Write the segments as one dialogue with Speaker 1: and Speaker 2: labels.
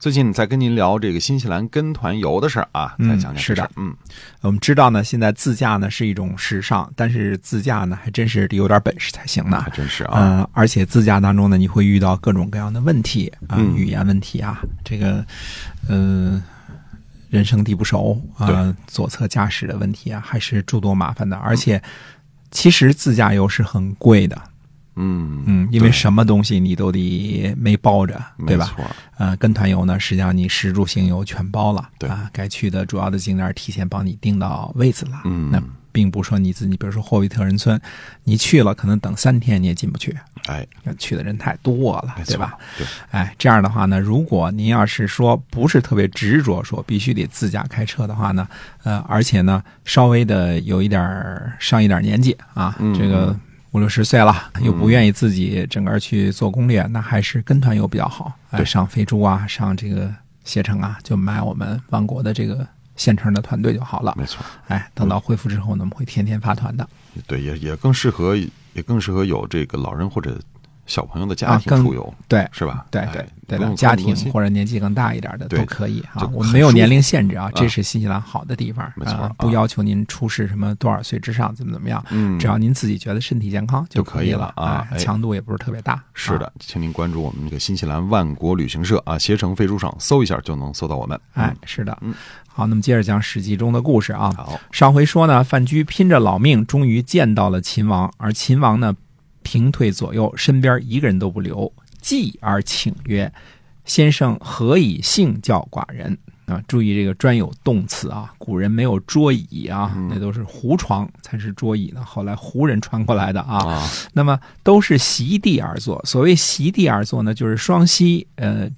Speaker 1: 最近在跟您聊这个新西兰跟团游的事儿啊，
Speaker 2: 嗯
Speaker 1: 再讲讲
Speaker 2: 是
Speaker 1: 这
Speaker 2: 的
Speaker 1: 事儿。嗯，
Speaker 2: 我们知道呢，现在自驾呢是一种时尚，但是自驾呢还真是得有点本事才行呢
Speaker 1: 还。真是啊。
Speaker 2: 嗯、而且自驾当中呢，你会遇到各种各样的问题啊，
Speaker 1: 嗯
Speaker 2: 语言问题啊，这个，嗯、人生地不熟啊
Speaker 1: 对，嗯
Speaker 2: 左侧驾驶的问题啊，还是诸多麻烦的。而且，其实自驾游是很贵的，
Speaker 1: 嗯
Speaker 2: 嗯，因为
Speaker 1: 对
Speaker 2: 什么东西你都得没包着，对
Speaker 1: 嗯没
Speaker 2: 吧？
Speaker 1: 错，
Speaker 2: 呃，跟团游呢，实际上你食住行游全包了，
Speaker 1: 对
Speaker 2: 啊，该去的主要的景点提前帮你定到位子了，
Speaker 1: 嗯
Speaker 2: 那并不说你自己，比如说霍威特人村，你去了可能等三天你也进不去，
Speaker 1: 哎，
Speaker 2: 去的人太多了
Speaker 1: 没，错
Speaker 2: 对吧？？
Speaker 1: 对，
Speaker 2: 哎，这样的话呢，如果您要是说不是特别执着，说必须得自驾开车的话呢，呃，而且呢，稍微的有一点儿上一点儿年纪啊，
Speaker 1: 嗯
Speaker 2: 这个五六十岁了，又不愿意自己整个去做攻略，那还是跟团游比较好。哎、
Speaker 1: 对
Speaker 2: 上飞猪啊，上这个携程啊，就买我们万国的这个现成的团队就好了。
Speaker 1: 没错，
Speaker 2: 哎，等到恢复之后呢，我们会天天发团的
Speaker 1: 对，也也更适合，也更适合有这个老人或者小朋友的家
Speaker 2: 啊
Speaker 1: 庭
Speaker 2: 更
Speaker 1: 出游，
Speaker 2: 对。
Speaker 1: 是吧？
Speaker 2: 对
Speaker 1: 哎
Speaker 2: 对
Speaker 1: 不
Speaker 2: 对
Speaker 1: 用
Speaker 2: 的，
Speaker 1: 操
Speaker 2: 家
Speaker 1: 那么多
Speaker 2: 庭
Speaker 1: 心
Speaker 2: 或者年纪更大一点的
Speaker 1: 对
Speaker 2: 都可以啊
Speaker 1: 就，
Speaker 2: 我
Speaker 1: 很
Speaker 2: 们没有
Speaker 1: 舒
Speaker 2: 年
Speaker 1: 服
Speaker 2: 龄限制啊，这
Speaker 1: 啊
Speaker 2: 是新西兰好的地方，
Speaker 1: 没错
Speaker 2: 啊
Speaker 1: 啊
Speaker 2: 不要求您出示什么多少岁之上怎么怎么样，
Speaker 1: 嗯
Speaker 2: 只要您自己觉得身体健康
Speaker 1: 就可
Speaker 2: 可
Speaker 1: 以
Speaker 2: 了
Speaker 1: 了啊
Speaker 2: 哎
Speaker 1: 哎
Speaker 2: 强度也不是特别大。
Speaker 1: 是
Speaker 2: 啊，
Speaker 1: 的，请您关注我们这个新西兰万国旅行社啊，携程飞猪上搜一下就能搜到我们。
Speaker 2: 哎，是的
Speaker 1: 嗯，
Speaker 2: 好，那么接着讲《史记》中的故事啊。
Speaker 1: 嗯，好，
Speaker 2: 上回说呢，范雎拼着老命，终于见到了秦王，而秦王呢，平退左右，身边一个人都不留。继而请曰：“先生何以姓叫寡人？”啊，注意这个专有动词啊，古人没有桌椅啊，那都是胡床才是桌椅呢，后来胡人传过来的啊。
Speaker 1: 啊，
Speaker 2: 那么都是席地而坐。所谓席地而坐呢，就是双膝呃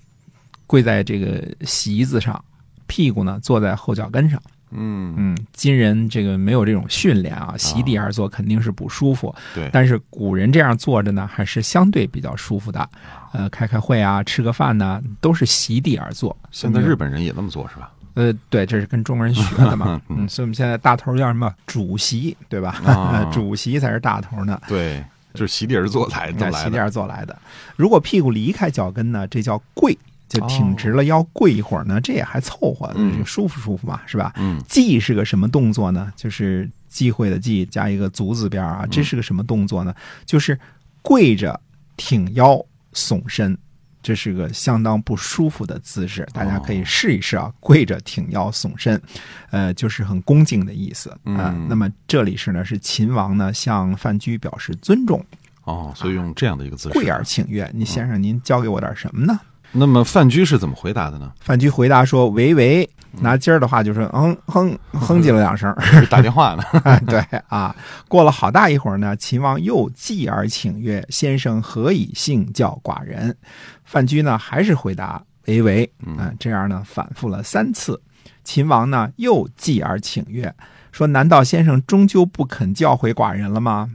Speaker 2: 跪在这个席子上，屁股呢坐在后脚跟上。
Speaker 1: 嗯，
Speaker 2: 嗯，今人这个没有这种训练啊，席地而坐肯定是不舒服。
Speaker 1: 对，
Speaker 2: 但是古人这样坐着呢，还是相对比较舒服
Speaker 1: 啊
Speaker 2: 的。呃，开开会啊，吃个饭呢、都是席地而坐。
Speaker 1: 现在日本人也那么 做是吧？
Speaker 2: 呃，对，这是跟中国人学的 嘛。嗯，所以我们现在大头叫什么主席，对吧？
Speaker 1: 啊
Speaker 2: 主席才是大头呢。
Speaker 1: 对，就是席地而坐来
Speaker 2: 你
Speaker 1: 的
Speaker 2: 看
Speaker 1: 来
Speaker 2: 哎席地
Speaker 1: 的。
Speaker 2: 而坐来的。如果屁股离开脚跟呢，这叫跪，就挺直了腰跪一会儿呢，这也还凑合，
Speaker 1: 嗯
Speaker 2: 舒服舒服嘛，是吧？
Speaker 1: 嗯，
Speaker 2: 忌是个什么动作呢？就是忌讳的忌加一个足字边啊，这是个什么动作呢？就是跪着挺腰耸身。这是个相当不舒服的姿势，大家可以试一试啊，跪着挺腰耸身，呃，就是很恭敬的意思啊、
Speaker 1: 嗯
Speaker 2: 那么这里是呢，是秦王呢向范雎表示尊重，
Speaker 1: 哦，
Speaker 2: 啊
Speaker 1: 所以用这样的一个姿
Speaker 2: 跪
Speaker 1: 势。
Speaker 2: 而请曰：“你先生，您教给我点什么呢
Speaker 1: 那么范雎是怎么回 答的呢？？”
Speaker 2: 范雎回答说：“喂喂。”拿尖儿的话就是嗯哼哼唧了两声儿，
Speaker 1: 是打电话呢？
Speaker 2: 对啊。过了好大一会儿呢，秦王又继而请曰：“先生何以姓叫寡人？”范雎呢还是回答“喂喂”，嗯、这样呢反复了三次。秦王呢又继而请曰：“说难道先生终究不肯教诲寡人了吗？”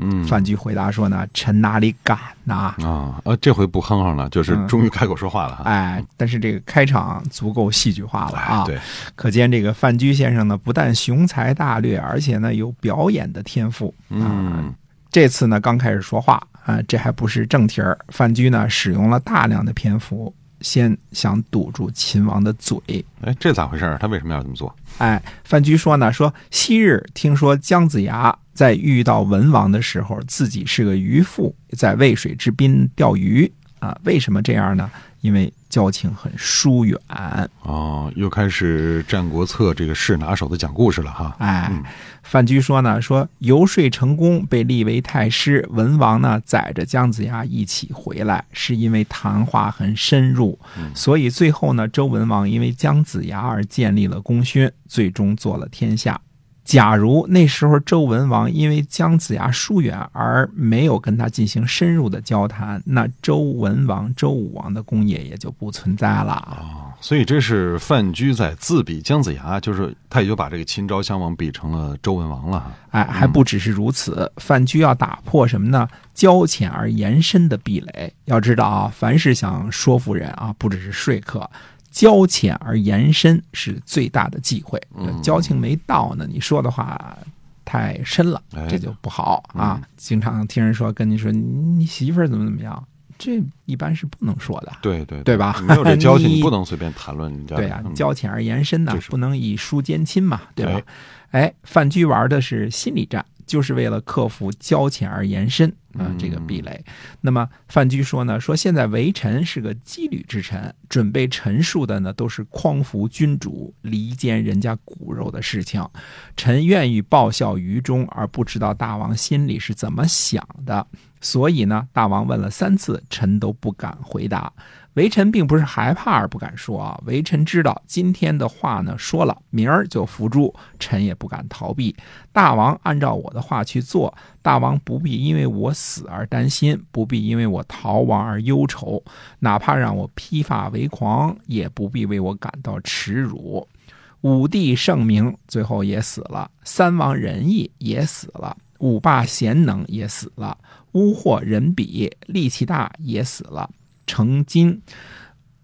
Speaker 1: 嗯，
Speaker 2: 范雎回答说呢：“臣哪里敢呐、
Speaker 1: 啊，呃，这回不哼哼了，就是终于开口说话了哈。
Speaker 2: 嗯
Speaker 1: 哎
Speaker 2: 哎，但是这个开场足够戏剧化了啊！
Speaker 1: 对，
Speaker 2: 可见这个范雎先生呢，不但雄才大略，而且呢有表演的天赋。啊
Speaker 1: 嗯，
Speaker 2: 这次呢，刚开始说话啊、这还不是正题儿。范雎呢，使用了大量的篇幅，先想堵住秦王的嘴。
Speaker 1: 哎，这咋回事儿？他为什么要这么做？
Speaker 2: 哎，范雎说呢，说昔日听说姜子牙在遇到文王的时候，自己是个渔夫，在渭水之滨钓鱼啊。为什么这样呢？因为交情很疏远。
Speaker 1: 哦，又开始《战国策》这个是拿手的讲故事了哈。
Speaker 2: 哎，范雎说呢，说游说成功被立为太师，文王呢载着姜子牙一起回来，是因为谈话很深入，所以最后呢，周文王因为姜子牙而建立了功勋，最终做了天下。假如那时候周文王因为姜子牙疏远而没有跟他进行深入的交谈，那周文王、周武王的功业也就不存在了。
Speaker 1: 哦，所以这是范雎在自比姜子牙，就是他也就把这个秦昭襄王比成了周文王了哈。
Speaker 2: 哎，还不只是如此，范雎要打破什么呢？交浅而言深的壁垒。要知道啊，凡是想说服人啊，不只是说客，交浅而言深是最大的忌讳。
Speaker 1: 嗯
Speaker 2: 交情没到呢，你说的话太深了
Speaker 1: 哎，
Speaker 2: 这就不好啊。经常听人说，跟你说你你媳妇儿怎么怎么样，这一般是不能说的。
Speaker 1: 对对
Speaker 2: 对吧
Speaker 1: 没有这交 情，
Speaker 2: 你
Speaker 1: 你不能随便谈论人家的。
Speaker 2: 对啊
Speaker 1: 嗯，
Speaker 2: 交浅而言深呐、
Speaker 1: 就是
Speaker 2: 不能以书兼亲嘛，对吧？哎，范雎玩的是心理战，就是为了克服交浅而言深啊、
Speaker 1: 嗯
Speaker 2: 这个壁垒。那么范雎说呢，说现在为臣是个羁旅之臣，准备陈述的呢都是匡扶君主、离间人家骨肉的事情。臣愿意报效于中，而不知道大王心里是怎么想的。所以呢，大王问了三次，臣都不敢回答。微臣并不是害怕而不敢说啊，微臣知道今天的话呢说了，明儿就伏诛，臣也不敢逃避。大王按照我的话去做，大王不必因为我死而担心，不必因为我逃亡而忧愁，哪怕让我披发为狂，也不必为我感到耻辱。武帝圣明最后也死了，三王仁义也死了，五霸贤能也死了，乌获人比力气大也死了，成金。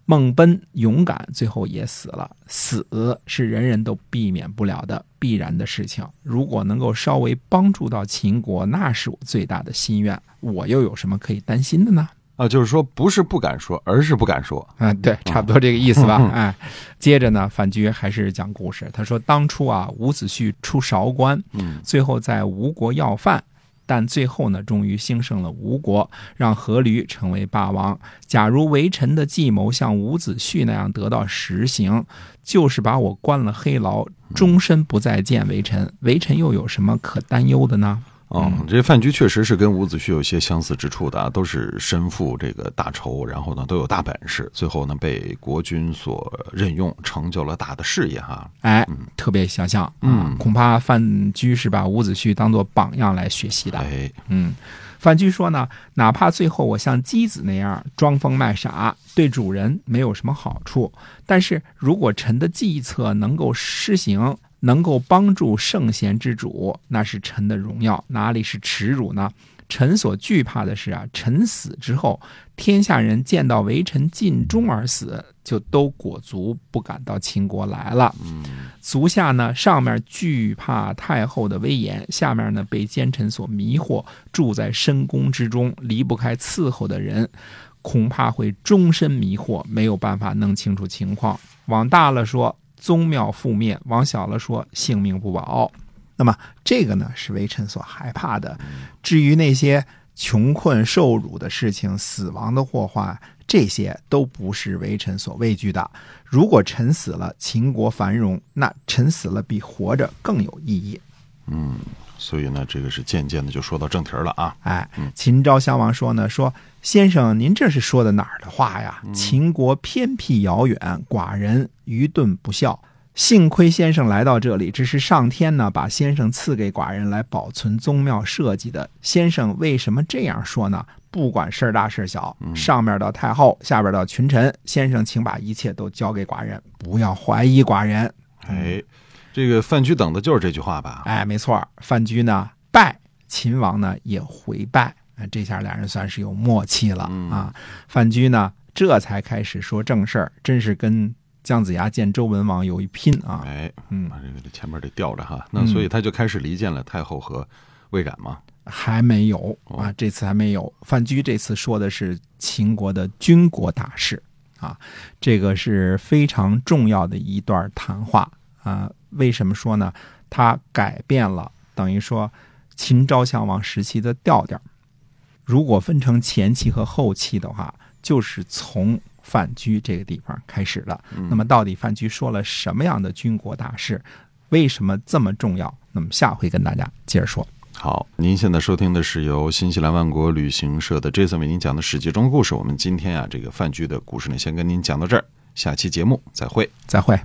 Speaker 2: 孟奔勇敢，最后也死了。死是人人都避免不了的必然的事情。如果能够稍微帮助到秦国，那是我最大的心愿。我又有什么可以担心的呢？
Speaker 1: 啊，就是说不是不敢说，而是不敢说。
Speaker 2: 啊，对，差不多这个意思吧。 哎，接着呢，范雎还是讲故事。他说，当初啊，伍子胥出韶关，
Speaker 1: 嗯
Speaker 2: 最后在吴国要饭，但最后呢，终于兴盛了吴国，让阖闾成为霸王。假如微臣的计谋像伍子胥那样得到实行，就是把我关了黑牢，终身不再见微臣。微臣又有什么可担忧的呢？
Speaker 1: 哦，这范雎确实是跟伍子胥有些相似之处的啊，都是身负这个大仇，然后呢都有大本事，最后呢被国君所任用，成就了大的事业哈。
Speaker 2: 哎，特别想象，
Speaker 1: 嗯
Speaker 2: 恐怕范雎是把伍子胥当做榜样来学习的。
Speaker 1: 哎，
Speaker 2: 嗯，范雎说呢，哪怕最后我像箕子那样装疯卖傻，对主人没有什么好处，但是如果臣的计策能够施行，能够帮助圣贤之主，那是臣的荣耀，哪里是耻辱呢？臣所惧怕的是啊，臣死之后，天下人见到为臣尽忠而死，就都裹足不敢到秦国来了。足下呢，上面惧怕太后的威严，下面呢被奸臣所迷惑，住在深宫之中，离不开伺候的人，恐怕会终身迷惑，没有办法弄清楚情况。往大了说，宗庙覆灭；往小了说，性命不保。那么这个呢，是微臣所害怕的。至于那些穷困受辱的事情、死亡的祸患，这些都不是微臣所畏惧的。如果臣死了，秦国繁荣，那臣死了比活着更有意义。
Speaker 1: 所以呢，这个是渐渐的就说到正题儿了啊。
Speaker 2: 哎，秦昭襄王说呢，说先生，您这是说的哪儿的话呀？秦国偏僻遥远，寡人愚钝不孝。幸亏先生来到这里，这是上天呢把先生赐给寡人来保存宗庙设计的。先生为什么这样说呢？不管事儿大事儿小，上面到太后，下边到群臣，先生请把一切都交给寡人，不要怀疑寡人。
Speaker 1: 哎，这个范雎等的就是这句话吧？
Speaker 2: 哎，没错儿，范雎呢拜秦王呢也回拜，哎这下俩人算是有默契了啊。范雎呢这才开始说正事儿，真是跟姜子牙见周文王有一拼啊。
Speaker 1: 哎，
Speaker 2: 嗯，
Speaker 1: 啊这个前面得吊着哈。那所以他就开始离间了太后和魏冉嘛。
Speaker 2: 还没有啊，这次还没有。范雎这次说的是秦国的军国大事啊，这个是非常重要的一段谈话啊。为什么说呢？它改变了等于说秦昭襄王时期的调调。如果分成前期和后期的话，就是从范雎这个地方开始的。那么，到底范雎说了什么样的军国大事？为什么这么重要？那么下回跟大家接着说。
Speaker 1: 好，您现在收听的是由新西兰万国旅行社的 Jason 为您讲的《史记》中的故事。我们今天啊，这个范雎的故事呢，先跟您讲到这儿，下期节目再会。
Speaker 2: 再会。